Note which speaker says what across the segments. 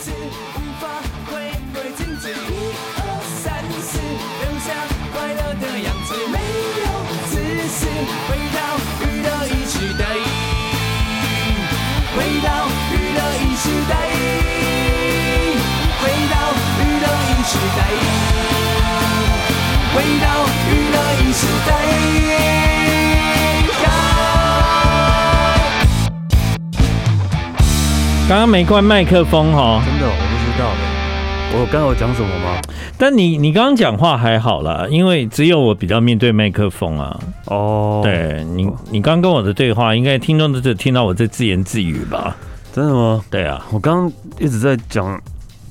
Speaker 1: 子，无法回归静止。一二三四，留下快乐的样子，没有自私，回到娱乐一时代，回到娱乐一时代，回到娱乐一时代，回到娱乐一时代。
Speaker 2: 刚刚没关麦克风哦，
Speaker 3: 真的我不知道欸，我刚刚有讲什么吗？
Speaker 2: 但你你刚刚讲话还好啦，因为只有我比较面对麦克风啊。
Speaker 3: 哦，，
Speaker 2: 对你，你刚跟我的对话，应该听众都只听到我在自言自语吧？
Speaker 3: 真的吗？
Speaker 2: 对啊，
Speaker 3: 我刚刚一直在讲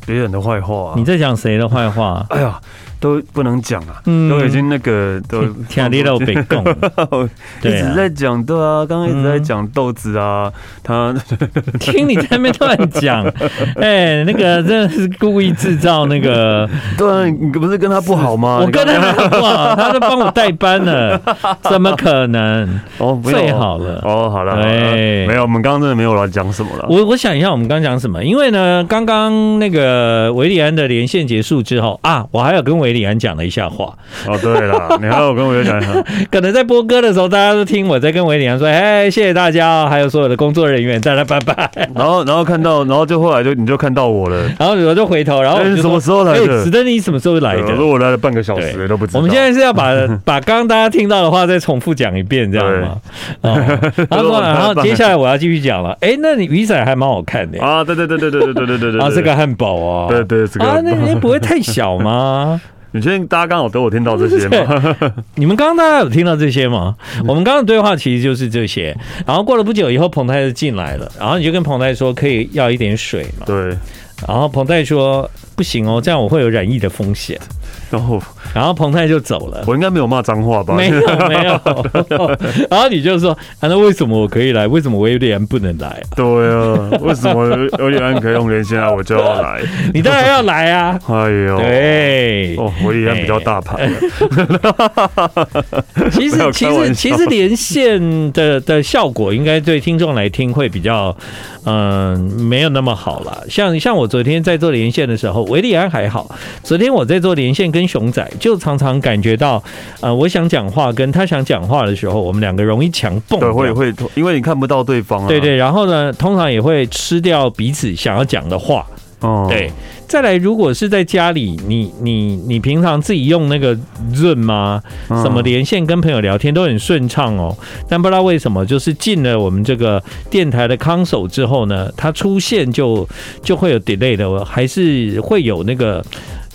Speaker 3: 别人的坏话、啊，
Speaker 2: 你在讲谁的坏话？
Speaker 3: 哎呀，都不能讲啊，
Speaker 2: 嗯
Speaker 3: 都已经那个都
Speaker 2: 听你老北贡，
Speaker 3: 一
Speaker 2: 对
Speaker 3: 直
Speaker 2: 啊，
Speaker 3: 在讲对啊，刚刚一直在讲豆子啊，他
Speaker 2: 听你在那边乱讲，哎，那个真的是故意制造那个，
Speaker 3: 对啊，你不是跟他不好吗？
Speaker 2: 嗯我
Speaker 3: 你
Speaker 2: 跟
Speaker 3: 刚
Speaker 2: 他哇，他在帮我代班呢，怎么可能？
Speaker 3: 哦没有
Speaker 2: 最好了
Speaker 3: 哦，好了，好了
Speaker 2: 对
Speaker 3: 没有，我们刚刚真的没有来讲什么了，
Speaker 2: 我我想一下，我们刚讲什么？因为呢，刚刚那个维里安的连线结束之后啊，我还有跟维里安讲了一下话。
Speaker 3: 哦，对了，你还有跟我有讲一下，
Speaker 2: 可能在播歌的时候，大家都听我在跟维里安说：“哎，谢谢大家哦，还有所有的工作人员，大家拜拜。
Speaker 3: 然后然后看到，然后就后来就你就看到我了，”
Speaker 2: 然后我就回头，然后我
Speaker 3: 哎
Speaker 2: 就
Speaker 3: 你
Speaker 2: 说
Speaker 3: 什么时候来
Speaker 2: 哎
Speaker 3: 的呃
Speaker 2: 史？丹，你什么时候来
Speaker 3: 对我
Speaker 2: 的？
Speaker 3: 说我来了半个小时
Speaker 2: 对
Speaker 3: 都不知道。
Speaker 2: 我们现在是要 把把刚刚大家听到的话再重复讲一遍，这样吗？哦， 然后说，然后接下来我要继续讲了。哎，那你雨伞还蛮好看的，
Speaker 3: 啊，对对对对对对对对对对，
Speaker 2: 啊，是个汉堡哦，
Speaker 3: 对对是个
Speaker 2: 啊，
Speaker 3: 汉
Speaker 2: 那
Speaker 3: 堡
Speaker 2: 那不会太小吗？
Speaker 3: 你确定大家刚好都有听到这些 吗？
Speaker 2: 你们刚刚大家有听到这些吗？我们刚刚的对话其实就是这些。然后过了不久以后，彭泰就进来了，然后你就跟彭泰说可以要一点水嘛。
Speaker 3: 对，
Speaker 2: 然后彭泰说不行哦，这样我会有染疫的风险。
Speaker 3: 然后
Speaker 2: 然后彭泰就走了。
Speaker 3: 我应该没有骂脏 话吧？
Speaker 2: 没有没有， 然后你就说、啊，那为什么我可以来，为什么威廉不能来、啊？
Speaker 3: 对啊，为什么有点安可以用连线啊？我就要 来，
Speaker 2: 你当然要来 啊！
Speaker 3: 哎呦，，
Speaker 2: 对，
Speaker 3: 哦，我也比较大牌，
Speaker 2: 其
Speaker 3: 没
Speaker 2: 实
Speaker 3: 有
Speaker 2: 其
Speaker 3: 开玩
Speaker 2: 实
Speaker 3: 笑
Speaker 2: 其实连线的的效果，应该对听众来听会比较，嗯、没有那么好啦。像像我昨天在做连线的时候，维利安还好。昨天我在做连线跟熊仔，就常常感觉到，呃，我想讲话跟他想讲话的时候，我们两个容易强蹦
Speaker 3: 对，
Speaker 2: 掉。
Speaker 3: 会会，因为你看不到对方啊，
Speaker 2: 对，对，然后呢，通常也会吃掉彼此想要讲的话。
Speaker 3: 哦
Speaker 2: 对，，再来，如果是在家里，你你你平常自己用那个润吗？
Speaker 3: 嗯
Speaker 2: 什么连线跟朋友聊天都很顺畅哦，但不知道为什么，就是进了我们这个电台的 console 之后呢，它出现就就会有 delay 的，还是会有那个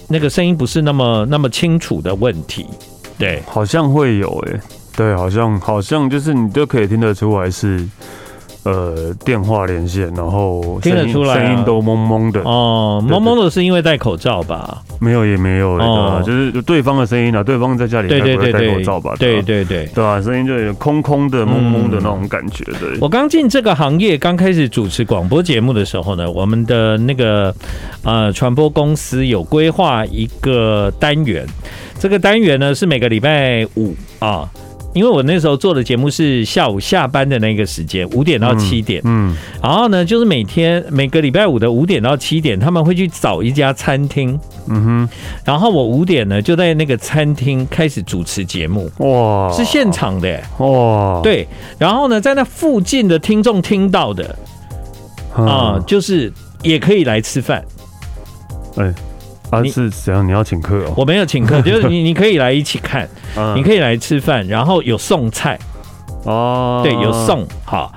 Speaker 2: 那个声音不是那么那么清楚的问题。对，
Speaker 3: 好像会有诶，对，好像好像就是你都可以听得出来是。呃，电话连线，然后
Speaker 2: 听得
Speaker 3: 声音
Speaker 2: 出来啊
Speaker 3: 声音都蒙蒙的，
Speaker 2: 哦，
Speaker 3: 对
Speaker 2: 懵懵的是因为戴口罩吧？
Speaker 3: 没有也没有、欸，对
Speaker 2: 哦
Speaker 3: 啊就是对方的声音啊，对方在家里
Speaker 2: 对
Speaker 3: 该
Speaker 2: 对
Speaker 3: 不
Speaker 2: 对
Speaker 3: 会戴口
Speaker 2: 对
Speaker 3: 罩吧？，
Speaker 2: 对
Speaker 3: 啊
Speaker 2: 对对。
Speaker 3: 对啊，声音就有点空空的、蒙蒙的
Speaker 2: 嗯
Speaker 3: 那种感觉，对。
Speaker 2: 我刚进这个行业，刚开始主持广播节目的时候呢，我们的那个呃传播公司有规划一个单元，这个单元呢是每个礼拜五啊。因为我那时候做的节目是下午下班的那个时间，五点到七点。
Speaker 3: 嗯，
Speaker 2: 然后呢，就是每天每个礼拜五的五点到七点，他们会去找一家餐厅。
Speaker 3: 嗯
Speaker 2: 然后我五点呢就在那个餐厅开始主持节目，
Speaker 3: 哼，哇，
Speaker 2: 是现场的耶、
Speaker 3: 哦哇，
Speaker 2: 对。然后呢，在那附近的听众听到的，
Speaker 3: 嗯
Speaker 2: 啊、就是也可以来吃饭。
Speaker 3: 啊
Speaker 2: 你
Speaker 3: 是怎样？你要请客哦，
Speaker 2: 我没有请 客，就是你你可以来一起看，
Speaker 3: 嗯
Speaker 2: 你可以来吃饭，然后有送菜，
Speaker 3: 哦，
Speaker 2: 对，有送好。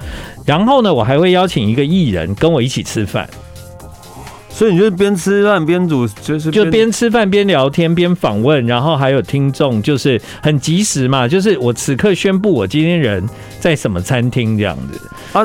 Speaker 2: 然后呢，我还会邀请一个艺人跟我一起吃饭，
Speaker 3: 所以你就是边吃饭边煮，就是
Speaker 2: 就边吃饭边聊天边访问，然后还有听众，就是很及时嘛，就是我此刻宣布我今天人在什么餐厅这样子
Speaker 3: 啊。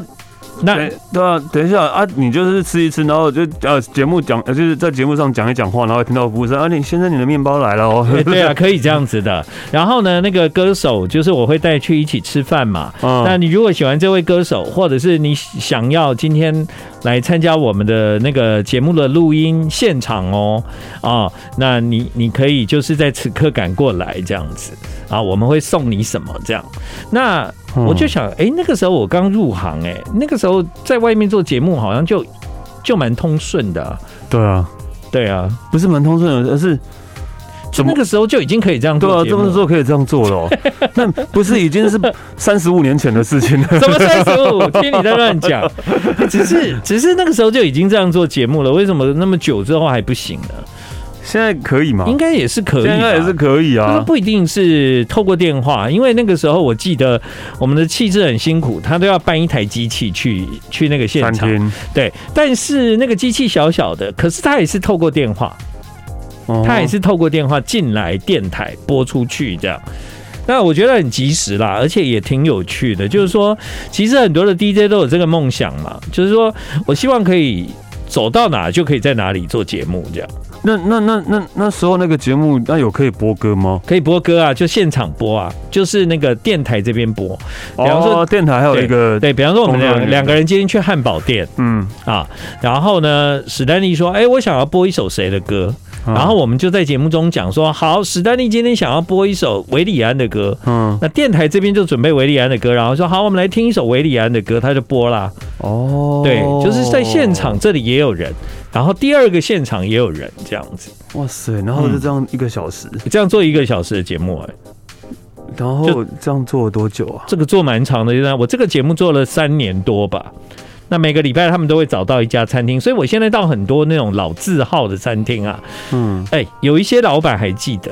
Speaker 2: 那
Speaker 3: 哎对啊，等一下啊，你就是吃一吃，然后就呃节目讲，呃就是在节目上讲一讲话，然后听到服务生啊，你先生你的面包来了哦，
Speaker 2: 哎对啊，可以这样子的。然后呢，那个歌手就是我会带去一起吃饭嘛，
Speaker 3: 嗯，
Speaker 2: 那你如果喜欢这位歌手，或者是你想要今天来参加我们的那个节目的录音现场哦，啊、那你你可以就是在此刻赶过来这样子啊，我们会送你什么这样。那
Speaker 3: 嗯
Speaker 2: 我就想，哎、那个时候我刚入行、诶，哎，那个时候在外面做节目好像就就蛮通顺的啊、
Speaker 3: 对啊，
Speaker 2: 对啊，
Speaker 3: 不是蛮通顺的，而是
Speaker 2: 就
Speaker 3: 怎么
Speaker 2: 那个时候就已经可以这样
Speaker 3: 对
Speaker 2: 做
Speaker 3: 啊，
Speaker 2: 节
Speaker 3: 这
Speaker 2: 目
Speaker 3: 么
Speaker 2: 了。
Speaker 3: 做可以这样做 了、哦，那不是已经是三十五年前的事情 了？
Speaker 2: 怎么三十五？听你在乱 讲，只是只是那个时候就已经这样做节目了，为什么那么久之后还不行呢？
Speaker 3: 现在可以吗？
Speaker 2: 应该也是可以吧，
Speaker 3: 啊现在也是可以
Speaker 2: 就是
Speaker 3: 啊。
Speaker 2: 不一定是透过电话，因为那个时候我记得我们的气质很辛苦，他都要搬一台机器去去那个现
Speaker 3: 餐
Speaker 2: 场。
Speaker 3: 厅，
Speaker 2: 对，但是那个机器小小的，可是他也是透过电话，
Speaker 3: 哦
Speaker 2: 他也是透过电话进来电台播出去这样。那我觉得很及时啦，而且也挺有趣的。就是说，其实很多的 DJ 都有这个梦想嘛，就是说我希望可以走到哪就可以在哪里做节目，这样
Speaker 3: 那那那那那时候那个节目，那有可以播歌吗？
Speaker 2: 可以播歌啊，就现场播啊，就是那个电台这边播。比方说
Speaker 3: 哦，电台还有一个，
Speaker 2: 对比方说，我们
Speaker 3: 工作
Speaker 2: 两
Speaker 3: 人员
Speaker 2: 两个人今天去汉堡店
Speaker 3: 嗯，
Speaker 2: 啊，然后呢，史丹利说：“哎、我想要播一首谁的歌？”
Speaker 3: 啊
Speaker 2: 然后我们就在节目中讲说：“好，史丹利今天想要播一首维里安的歌。”
Speaker 3: 嗯，
Speaker 2: 那电台这边就准备维里安的歌，然后说：“好，我们来听一首维里安的歌。”他就播啦。
Speaker 3: 哦，
Speaker 2: 对，就是在现场，这里也有人，然后第二个现场也有人，这样子，
Speaker 3: 哇塞，然后就这样一个小时，
Speaker 2: 这样做一个小时的节目、哎，
Speaker 3: 然后这样做了多久啊？
Speaker 2: 这个做蛮长的，就是我这个节目做了三年多吧。那每个礼拜他们都会找到一家餐厅，所以我现在到很多那种老字号的餐厅啊，
Speaker 3: 嗯，
Speaker 2: 哎，有一些老板还记得，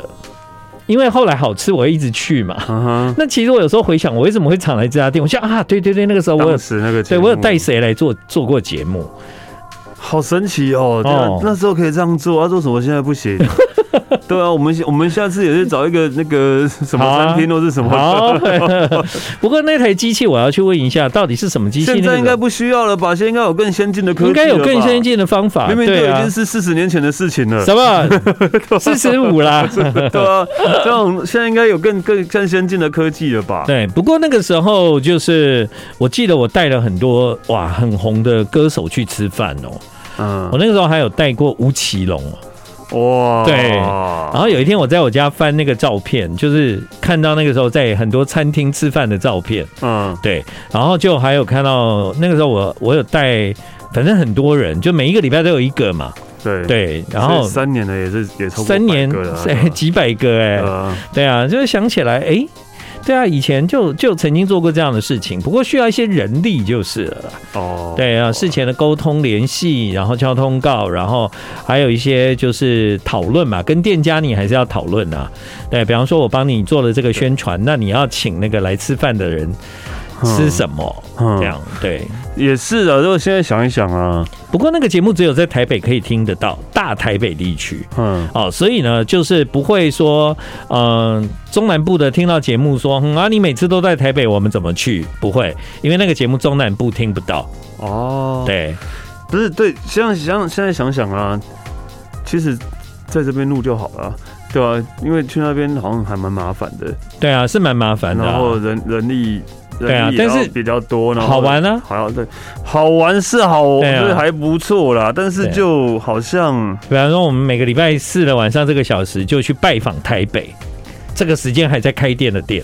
Speaker 2: 因为后来好吃我会一直去嘛。
Speaker 3: 啊哈，
Speaker 2: 那其实我有时候回想，我为什么会常来这家店？我想啊，对对对，那个时候我有
Speaker 3: 当时那个节
Speaker 2: 对
Speaker 3: 目，
Speaker 2: 我有带谁来做做过节目，
Speaker 3: 好神奇哦！对
Speaker 2: 哦
Speaker 3: 啊，那时候可以这样做，啊，做什么现在 不行？对啊，我们我们下次也是找一个那个 什
Speaker 2: 好
Speaker 3: 么
Speaker 2: 啊
Speaker 3: 餐厅或是什么的。
Speaker 2: 好，不过那台机器我要去问一下，到底是什么机器？
Speaker 3: 现在应该
Speaker 2: 那个
Speaker 3: 不需要了吧？现在应该有更先进的科技，
Speaker 2: 应该有更先，进的方法，
Speaker 3: 明明就
Speaker 2: 对
Speaker 3: 已
Speaker 2: 啊
Speaker 3: 经，是四十年前的事 情了。
Speaker 2: 什么 四十五啦。
Speaker 3: 对啊，这种现在应该有更更更先进的科技了吧？
Speaker 2: 对，不过那个时候就是，我记得我带了很多哇很红的歌手去吃饭哦。
Speaker 3: 嗯
Speaker 2: 我，那个时候还有带过吴奇隆
Speaker 3: 啊
Speaker 2: 哦。
Speaker 3: 哇，
Speaker 2: 对然
Speaker 3: 啊，
Speaker 2: 后有一天我在我家翻那个照片，就是看到那个时候在很多餐厅吃饭的照片，
Speaker 3: 嗯，
Speaker 2: 对，然后就还有看到那个时候我我有带，反正很多人，就每一个礼拜都有一个嘛，
Speaker 3: 对，
Speaker 2: 对，然后
Speaker 3: 所以三年了也是也超过
Speaker 2: 三年
Speaker 3: 百个了啊，
Speaker 2: 哎几百个哎、
Speaker 3: 对啊
Speaker 2: 对啊，就是想起来哎。对啊，以前就就曾经做过这样的事情，不过需要一些人力就是了啦。
Speaker 3: 哦，
Speaker 2: 对啊，事前的沟通联系，然后交通告，然后还有一些就是讨论嘛，跟店家你还是要讨论啊。对，比方说我帮你做了这个宣传，那你要请那个来吃饭的人吃什么？
Speaker 3: 嗯
Speaker 2: 这样对。
Speaker 3: 也是啊。如果现在想一想啊，
Speaker 2: 不过那个节目只有在台北可以听得到，大台北地区。
Speaker 3: 嗯，
Speaker 2: 哦，所以呢，就是不会说，嗯、中南部的听到节目说，嗯啊，你每次都在台北，我们怎么去？不会，因为那个节目中南部听不到。
Speaker 3: 哦，
Speaker 2: 对，
Speaker 3: 不是对，像像现在想想啊，其实在这边录就好了，对啊，因为去那边好像还蛮麻烦的，
Speaker 2: 对啊，是蛮麻烦的、
Speaker 3: 然
Speaker 2: 啊。
Speaker 3: 后人人力。
Speaker 2: 对啊
Speaker 3: 人力
Speaker 2: 但是
Speaker 3: 也要比较多，然后
Speaker 2: 好玩啊
Speaker 3: 好像对，好玩是好，我
Speaker 2: 对啊
Speaker 3: 觉得还不错啦。但是
Speaker 2: 对啊
Speaker 3: 就好像
Speaker 2: 比方说，我们每个礼拜四的晚上这个小时就去拜访台北，这个时间还在开店的店，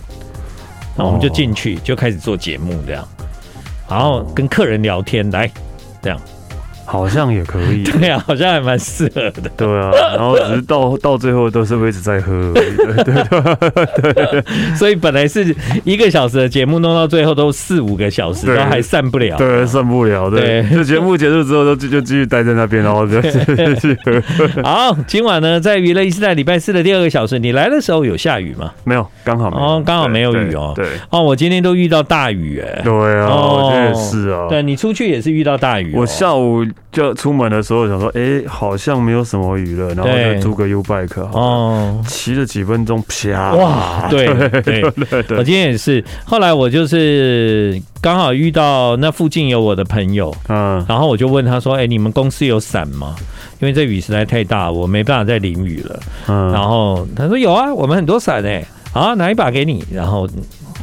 Speaker 2: 那我们
Speaker 3: 哦
Speaker 2: 就进去就开始做节目这样，然后跟客人聊天来。 啊
Speaker 3: 好像也可以，
Speaker 2: 对啊，好像还蛮适合的。
Speaker 3: 对啊。然后只是到到最后都是会一直在喝而已， 对对
Speaker 2: 所以本来是一个小时的节目，弄到最后都四五个小时，
Speaker 3: 对
Speaker 2: 都还散不了。
Speaker 3: 对，受不了。对，
Speaker 2: 对
Speaker 3: 就节目结束之后都就就继续待在那边，然 后就去喝。
Speaker 2: 好，今晚呢，在娱乐一时代礼拜四的第二个小时，你来的时候有下雨吗？
Speaker 3: 没有，刚好没有
Speaker 2: 哦刚好
Speaker 3: 对
Speaker 2: 没有
Speaker 3: 对
Speaker 2: 雨哦
Speaker 3: 对。
Speaker 2: 哦，我今天都遇到大雨哎、
Speaker 3: 对啊，
Speaker 2: 哦
Speaker 3: 我觉得也是啊。
Speaker 2: 对你出去也是遇到大雨哦、
Speaker 3: 我下午就出门的时候想说，哎，好像没有什么雨了，然后
Speaker 2: 对
Speaker 3: 就租个 U bike 哦，
Speaker 2: 哦，
Speaker 3: 骑了几分钟，啪！
Speaker 2: 哇，对对，
Speaker 3: 对对
Speaker 2: 我今天也是，后来我就是刚好遇到那附近有我的朋友，
Speaker 3: 嗯，
Speaker 2: 然后我就问他说：“哎、你们公司有伞吗？因为这雨实在太大，我没办法再淋雨了。”然
Speaker 3: 嗯，
Speaker 2: 后他说：“有啊，我们很多伞哎、啊，拿一把给你。”然后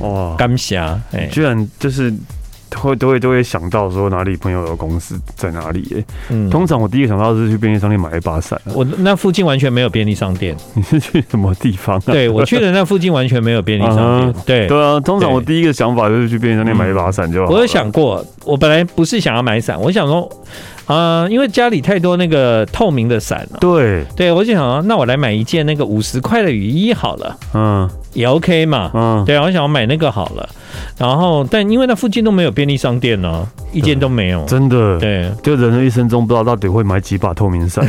Speaker 3: 哇，
Speaker 2: 干霞哎，
Speaker 3: 居然就是。会都会都会想到说哪里朋友有公司在哪里、诶
Speaker 2: 嗯，
Speaker 3: 通常我第一个想到的是去便利商店买一把伞、啊。
Speaker 2: 我那附近完全没有便利商店，
Speaker 3: 你是去什么地方、啊？
Speaker 2: 对我去的那附近完全没有便利商
Speaker 3: 嗯
Speaker 2: 店，对。
Speaker 3: 对啊，通常我
Speaker 2: 对
Speaker 3: 第一个想法就是去便利商店买一把伞就好了。
Speaker 2: 我有想过，我本来不是想要买伞，我想说，呃，因为家里太多那个透明的伞了。
Speaker 3: 对，
Speaker 2: 对，我就想啊，那我来买一件那个五十块的雨衣好了，
Speaker 3: 嗯
Speaker 2: 也 OK 嘛。
Speaker 3: 嗯，
Speaker 2: 对啊，我想要买那个好了。然后，但因为那附近都没有便利商店呢、一间都没有。
Speaker 3: 真的，
Speaker 2: 对，
Speaker 3: 就人的一生中不知道到底会买几把透明伞，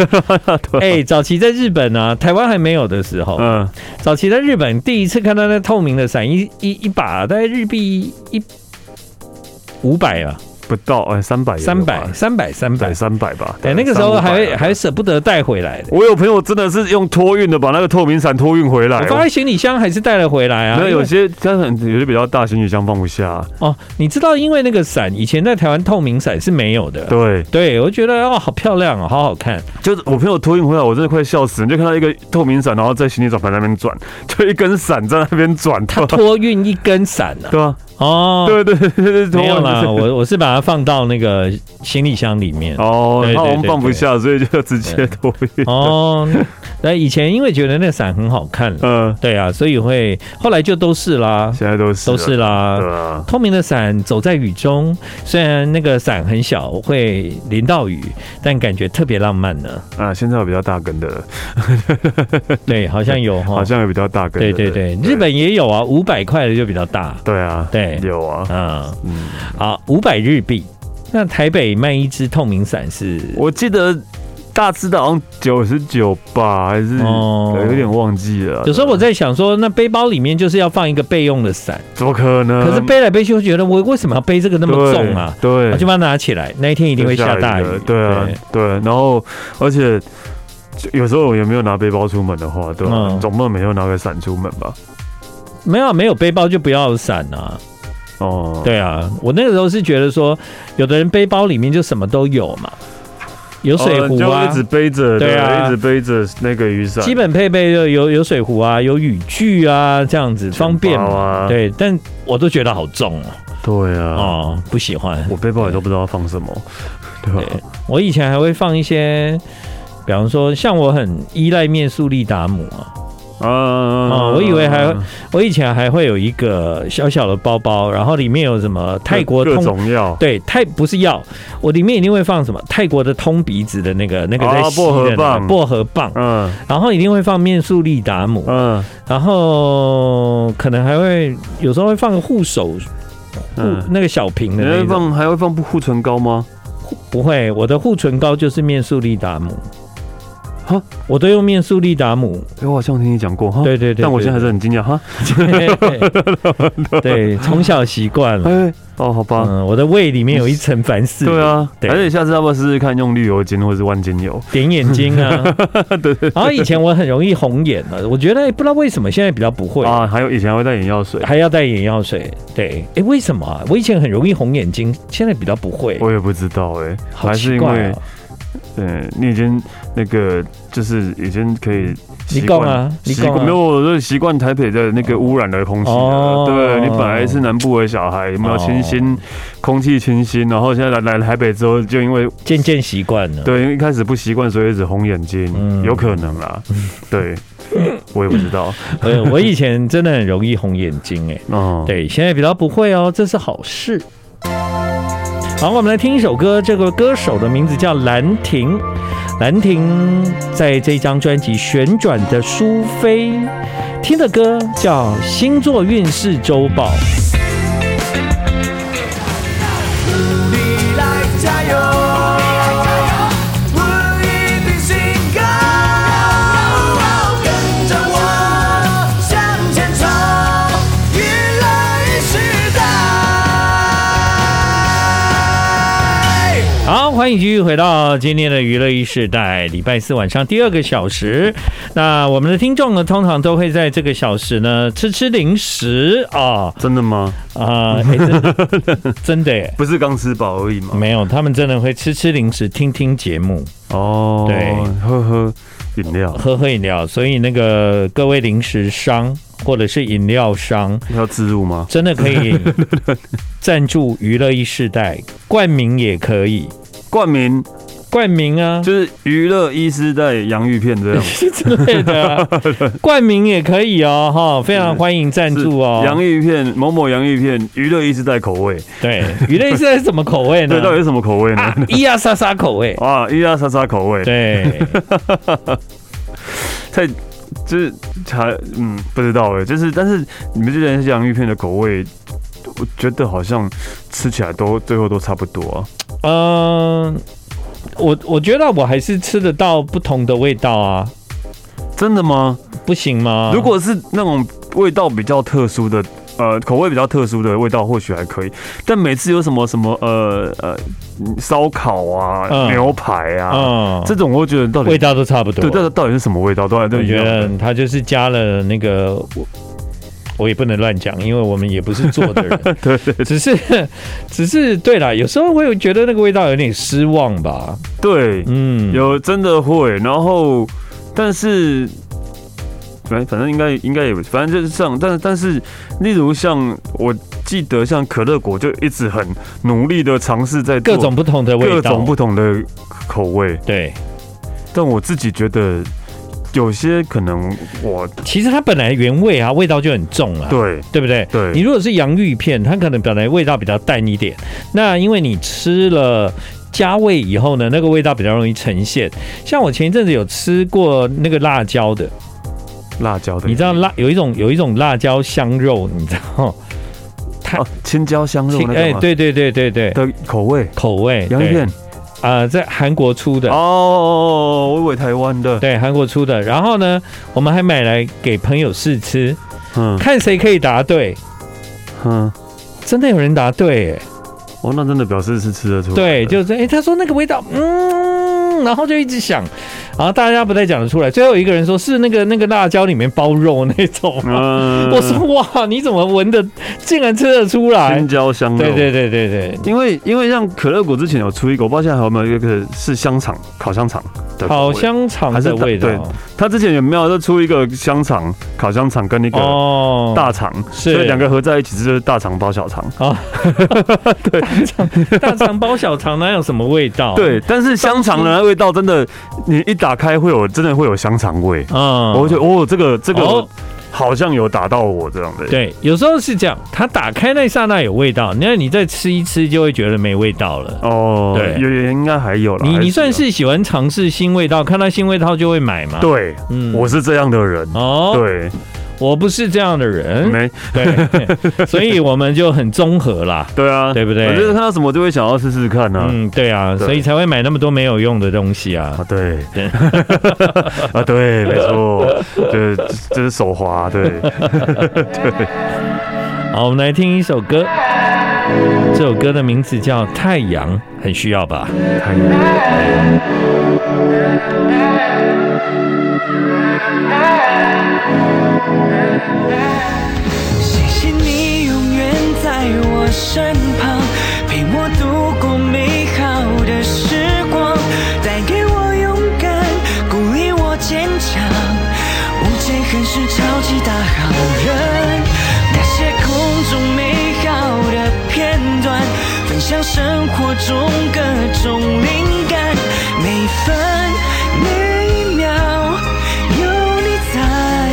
Speaker 2: 哎、早期在日本啊，台湾还没有的时候，
Speaker 3: 嗯，
Speaker 2: 早期在日本第一次看到那透明的伞，一一一把大概日币一五百啊，
Speaker 3: 不到哎三百，
Speaker 2: 三百三百三
Speaker 3: 对
Speaker 2: 百，
Speaker 3: 三百吧，
Speaker 2: 哎，
Speaker 3: 对
Speaker 2: 那个时候还
Speaker 3: 300吧
Speaker 2: 还舍不得带回来的，
Speaker 3: 我有朋友真的是用托运的把那个透明伞托运回来
Speaker 2: 我，放在行李箱还是带了回来啊。
Speaker 3: 那
Speaker 2: 因
Speaker 3: 有
Speaker 2: 为
Speaker 3: 些它很有些比较大行李箱放不下，
Speaker 2: 哦，你知道，因为那个伞以前在台湾透明伞是没有的。
Speaker 3: 对，
Speaker 2: 对，我觉得哦，好漂亮哦，好好 看。
Speaker 3: 就是我朋友托运回来，我真的快笑死，你就看到一个透明伞，然后在行李转盘那边转，就一根伞在那边转，
Speaker 2: 他
Speaker 3: 对吧
Speaker 2: 托运一根伞呢、
Speaker 3: 对啊，
Speaker 2: 哦，
Speaker 3: 对对对对，对
Speaker 2: 没有啦，
Speaker 3: 托运
Speaker 2: 我我是把它放到那个行李箱里面。
Speaker 3: 哦，
Speaker 2: 对对
Speaker 3: 那我们
Speaker 2: 对
Speaker 3: 放不
Speaker 2: 对
Speaker 3: 下，所以就直接托运，
Speaker 2: 哦，那以前因为觉得那伞很好看了，
Speaker 3: 嗯，
Speaker 2: 对啊，所以会后来就都是啦，
Speaker 3: 现在都是
Speaker 2: 都
Speaker 3: 了
Speaker 2: 是啦。
Speaker 3: 对啊，
Speaker 2: 透明的伞走在雨中，虽然那个伞很小，会淋到雨，但感觉特别浪漫呢。
Speaker 3: 啊，现在有比较大根的了，
Speaker 2: 对，好像有哈
Speaker 3: 好，像有比较大根的
Speaker 2: 对
Speaker 3: 了，
Speaker 2: 对对，日本也有啊，五百块的就比较大，
Speaker 3: 对啊，
Speaker 2: 对
Speaker 3: 有啊，
Speaker 2: 嗯，
Speaker 3: 嗯，
Speaker 2: 好，五百日币。那台北卖一只透明伞是
Speaker 3: 我记得大致的好像九十九吧，还是
Speaker 2: 哦
Speaker 3: 对有点忘记了，
Speaker 2: 有时候我在想说，那背包里面就是要放一个备用的伞，
Speaker 3: 怎么可能？
Speaker 2: 可是背来背去，会觉得我为什么要背这个那
Speaker 3: 那
Speaker 2: 么重啊？
Speaker 3: 对，
Speaker 2: 我就把它拿起来，那一天一定会下大雨
Speaker 3: 的。对啊，对。然后，而且就有时候我也没有拿背包出门的话，对吧、
Speaker 2: 嗯
Speaker 3: 总不能每天都拿个伞出门吧？
Speaker 2: 没有没有背包就不要伞啊。
Speaker 3: 哦，，
Speaker 2: 对啊，我那个时候是觉得说，有的人背包里面就什么都有嘛，有水壶
Speaker 3: 哦就
Speaker 2: 啊
Speaker 3: 一直，背着，
Speaker 2: 对啊
Speaker 3: 一直背着那个雨伞，
Speaker 2: 基本配备就有有水壶啊，有雨具啊，这样子方便
Speaker 3: 包
Speaker 2: 嘛。
Speaker 3: 啊，
Speaker 2: 对，但我都觉得好重哦，
Speaker 3: 对啊、
Speaker 2: 哦，不喜欢。
Speaker 3: 我背包也都不知道放什么，对吧、
Speaker 2: 对我以前还会放一些，比方说像我很依赖面速力达姆啊，
Speaker 3: 啊、
Speaker 2: 哦我以为还我以前还会有一个小小的包包，然后里面有什么泰国
Speaker 3: 各各
Speaker 2: 通。
Speaker 3: 种药，
Speaker 2: 对，泰不是药，我里面一定会放什么泰国的通鼻子的那个那个
Speaker 3: 啊
Speaker 2: 在吸的、那个
Speaker 3: 薄荷棒
Speaker 2: 薄荷棒，
Speaker 3: 嗯
Speaker 2: 然后一定会放面速力达姆，
Speaker 3: 嗯
Speaker 2: 然后可能还会有时候会放个护手护、
Speaker 3: 嗯。
Speaker 2: 那个小瓶
Speaker 3: 你
Speaker 2: 的
Speaker 3: 还
Speaker 2: 那
Speaker 3: 会
Speaker 2: 种，
Speaker 3: 放还会放护唇膏吗？
Speaker 2: 不会，我的护唇膏就是面速力达姆
Speaker 3: 哈，
Speaker 2: 我都用面速力达姆，
Speaker 3: 哎、我好像听你讲过哈。
Speaker 2: 对对对
Speaker 3: 但我现在还
Speaker 2: 对
Speaker 3: 是很惊讶哈。
Speaker 2: 对对，从小习惯了。
Speaker 3: 哎、哦，好吧。
Speaker 2: 嗯，我的胃里面有一层凡士林，
Speaker 3: 对啊，
Speaker 2: 对
Speaker 3: 还是你下次要不要试试看用绿油精或者是万金油？
Speaker 2: 点眼睛 啊，然后以前我很容易红眼了、我觉得、哎不知道为什么现在比较不会，
Speaker 3: 啊，还有以前还会带眼药水，
Speaker 2: 还要带眼药水。对，哎、为什么啊？我以前很容易红眼睛，现在比较不会，
Speaker 3: 我也不知道哎、
Speaker 2: 好
Speaker 3: 还是
Speaker 2: 奇
Speaker 3: 因
Speaker 2: 怪
Speaker 3: 为
Speaker 2: 啊！
Speaker 3: 对你已经那个就是已经可以
Speaker 2: 你
Speaker 3: 习
Speaker 2: 讲
Speaker 3: 惯
Speaker 2: 啊你
Speaker 3: 习
Speaker 2: 讲啊
Speaker 3: 惯没有，我就习惯台北的那个污染的空气
Speaker 2: 哦
Speaker 3: 了。对你本来是南部的小孩，有没有
Speaker 2: 哦
Speaker 3: 清新空气清新？然后现在来来了台北之后，就因为
Speaker 2: 渐渐习惯了。
Speaker 3: 对，因为一开始不习惯，所以一直红眼
Speaker 2: 嗯
Speaker 3: 睛，有可能 啦。对，我也不知道。
Speaker 2: 对，呃我以前真的很容易红眼睛、哎。
Speaker 3: 嗯，
Speaker 2: 对，现在比较不会哦，这是好事。好，我们来听一首歌，这个歌手的名字叫兰亭。兰亭在这张专辑《旋转的苏菲》听的歌叫《星座运势周报》。
Speaker 1: 努力来加油，我一定行高，跟着我向前冲，越来越时代。
Speaker 2: 好，欢迎继续回到今天的娱乐一世代，礼拜四晚上第二个小时。那我们的听众呢，通常都会在这个小时呢吃吃零食啊
Speaker 3: 真的吗？
Speaker 2: 啊、诶真的真的耶。
Speaker 3: 不是刚吃饱而已吗？
Speaker 2: 没有，他们真的会吃吃零食、听听节目、
Speaker 3: 哦，
Speaker 2: 对，
Speaker 3: 喝喝饮料，
Speaker 2: 喝喝饮料，所以那个各位零食商或者是饮料商，
Speaker 3: 要自入吗？
Speaker 2: 真的可 以赞助娱乐一世代，冠名也可以，
Speaker 3: 冠名
Speaker 2: 冠名啊
Speaker 3: 就是娱乐医师带洋芋片这样，
Speaker 2: 之类的 啊、冠名也可以哦，哈，非常欢迎赞助哦。
Speaker 3: 洋芋片某某洋芋片娱乐医师带口味，
Speaker 2: 对，鱼类现在是什么口味呢
Speaker 3: 对，？到底是什么口味呢
Speaker 2: 啊？，咿呀沙沙口味。
Speaker 3: 啊，伊拉莎莎口味，
Speaker 2: 对，
Speaker 3: 太就是才嗯不知道哎，就是但是你们这些洋芋片的口味，我觉得好像吃起来都最后都差不多啊。
Speaker 2: 嗯，我我觉得我还是吃得到不同的味道啊，
Speaker 3: 真的吗？
Speaker 2: 不行吗？
Speaker 3: 如果是那种味道比较特殊的，呃，口味比较特殊的味道，或许还可以。但每次有什么什么呃呃烧烤啊、
Speaker 2: 嗯
Speaker 3: 牛排啊、
Speaker 2: 嗯，
Speaker 3: 这种，我会觉得到底
Speaker 2: 味道都差不多。
Speaker 3: 对，到底到底是什么味道？到底
Speaker 2: 我
Speaker 3: 一
Speaker 2: 觉
Speaker 3: 样的
Speaker 2: 得他就是加了那个，我我也不能乱讲，因为我们也不是做的人，
Speaker 3: 对对
Speaker 2: 只是只是对啦，有时候会觉得那个味道有点失望吧。
Speaker 3: 对，
Speaker 2: 嗯，
Speaker 3: 有真的会，然后但是。反反正应该应该也，反正就是像，但但是，例如像我记得像可乐果就一直很努力的尝试在做
Speaker 2: 各种不同的味道，
Speaker 3: 各种不同的口味，
Speaker 2: 对。
Speaker 3: 但我自己觉得有些可能我
Speaker 2: 其实它本来原味啊，味道就很重啊，
Speaker 3: 对
Speaker 2: 对不对？
Speaker 3: 对
Speaker 2: 你如果是洋芋片，它可能本来味道比较淡一点，那因为你吃了。加味以后呢，那个味道比较容易呈现。像我前一阵子有吃过那个辣椒的，
Speaker 3: 辣椒的，
Speaker 2: 你知道辣有一种有一种辣椒香肉，你知道？它
Speaker 3: 哦，青椒香肉那个吗
Speaker 2: 哎对对对对对，
Speaker 3: 的口味，
Speaker 2: 口味
Speaker 3: 洋芋片
Speaker 2: 啊、呃在韩国出的，
Speaker 3: 哦，我以为台湾的，
Speaker 2: 对韩国出的。然后呢，我们还买来给朋友试吃，
Speaker 3: 嗯
Speaker 2: 看谁可以答对。
Speaker 3: 嗯，
Speaker 2: 真的有人答对、哎。
Speaker 3: 哦，那真的表示是吃得出来的，
Speaker 2: 对，就是哎、诶他说那个味道，嗯，然后就一直想，然后大家不太讲得出来。最后一个人说是那个那个辣椒里面包肉那种，
Speaker 3: 嗯
Speaker 2: 我说哇，你怎么闻的，竟然吃得出来
Speaker 3: 青？椒香肉，
Speaker 2: 对对对对对，
Speaker 3: 因为因为像可乐果之前有出一个，我不知道现在还有没有一个是香肠烤香肠的口
Speaker 2: 烤
Speaker 3: 味，
Speaker 2: 香肠的味
Speaker 3: 还是
Speaker 2: 道
Speaker 3: 它之前有没有就出一个香肠烤香肠跟那个
Speaker 2: 哦，
Speaker 3: 大肠，
Speaker 2: 是
Speaker 3: 所以两个合在一起这就是大肠包小肠。
Speaker 2: 大肠包小肠哪有什么味道？啊
Speaker 3: 对，，但是香肠的那味道真的，你一打开会有真的会有香肠味，
Speaker 2: 嗯，
Speaker 3: 我会觉得哦，这个这
Speaker 2: 哦
Speaker 3: 个好像有打到我这样的。
Speaker 2: 对，有时候是这样，它打开那一刹那有味道，那你再吃一吃就会觉得没味道了。
Speaker 3: 哦，
Speaker 2: 对
Speaker 3: 有有应该还有啦。
Speaker 2: 你
Speaker 3: 还啊
Speaker 2: 你算
Speaker 3: 有
Speaker 2: 是喜欢尝试新味道，看到新味道就会买嘛？，
Speaker 3: 对，
Speaker 2: 嗯
Speaker 3: 我是这样的人。
Speaker 2: 哦，，嗯
Speaker 3: 对，
Speaker 2: 我不是这样的人，
Speaker 3: 没
Speaker 2: 对， 所以我们就很综合啦。
Speaker 3: 对啊，
Speaker 2: 对不对
Speaker 3: 我就是看到什么就会想要试试看啊。
Speaker 2: 嗯，对啊，
Speaker 3: 对
Speaker 2: 所以才会买那么多没有用的东西啊
Speaker 3: 啊，。对
Speaker 2: 对，
Speaker 3: 啊，对，没错，就是就是手滑，对，
Speaker 2: 好，我们来听一首歌，这首歌的名字叫《太阳》，很需要吧？
Speaker 3: 太阳
Speaker 1: 谢谢你永远在我身旁，陪我度过美好的时光，带给我勇敢，鼓励我坚强。无界恨是超级大好人，那些空中美好的片段，分享生活中各种灵感，每分每秒有你在，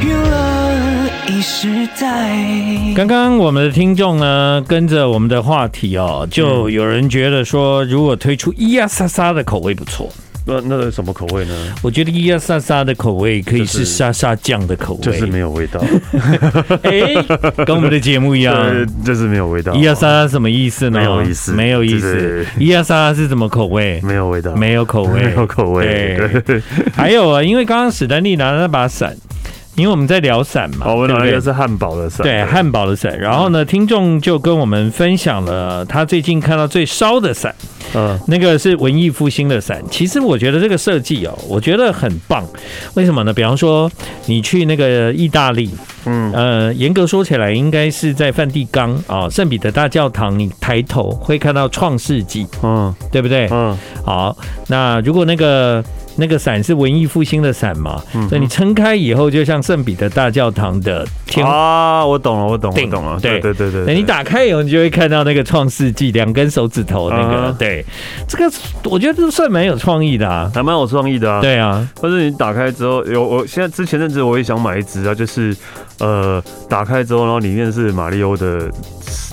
Speaker 1: 娱乐一时代。
Speaker 2: 刚刚我们的听众呢，跟着我们的话题哦，就有人觉得说，如果推出咿呀沙沙的口味不错，
Speaker 3: 那那是什么口味呢？
Speaker 2: 我觉得咿呀沙沙的口味可以
Speaker 3: 就是
Speaker 2: 是沙沙酱的口味，
Speaker 3: 就是没有味 道，
Speaker 2: 哎，跟我们的节目一样。
Speaker 3: 对，就是没有味道，
Speaker 2: 嗯一二三什么意思呢？
Speaker 3: 没有意思
Speaker 2: 没有意思
Speaker 3: 对。
Speaker 2: 一二三是什么口味？
Speaker 3: 没有味道，
Speaker 2: 没有口味，
Speaker 3: 没有口味，
Speaker 2: 对，
Speaker 3: 对，
Speaker 2: 还有啊，因为刚刚史丹利拿了那把伞，因为我们在聊伞嘛，
Speaker 3: 哦好，我
Speaker 2: 对
Speaker 3: 拿
Speaker 2: 不
Speaker 3: 一
Speaker 2: 对
Speaker 3: 个是汉堡的伞，
Speaker 2: 对汉堡的伞。然后呢，听众就跟我们分享了他最近看到最烧的伞，
Speaker 3: 嗯，
Speaker 2: 那个是文艺复兴的伞。其实我觉得这个设计哦，我觉得很棒。为什么呢？比方说你去那个意大利，
Speaker 3: 嗯
Speaker 2: 呃，严格说起来，应该是在梵蒂冈啊、圣彼得大教堂，你抬头会看到创世纪，
Speaker 3: 嗯
Speaker 2: 对不对？
Speaker 3: 嗯，
Speaker 2: 好，那如果那个那个伞是文艺复兴的伞嘛，
Speaker 3: 嗯哼
Speaker 2: 所以你撑开以后，就像圣彼得大教堂的天花
Speaker 3: 啊，我懂了，我懂了，
Speaker 2: 顶
Speaker 3: 我懂了，
Speaker 2: 对
Speaker 3: 对对对对，
Speaker 2: 等
Speaker 3: 对
Speaker 2: 你打开以后，你就会看到那个《创世纪》两根手指头那个，
Speaker 3: 啊
Speaker 2: 对，这个我觉得这算蛮有创意的啊。
Speaker 3: 还蛮有创意的啊。
Speaker 2: 对啊，
Speaker 3: 但是你打开之后，有我现在之前阵子我也想买一只啊，就是呃，打开之后，然后里面是马里欧的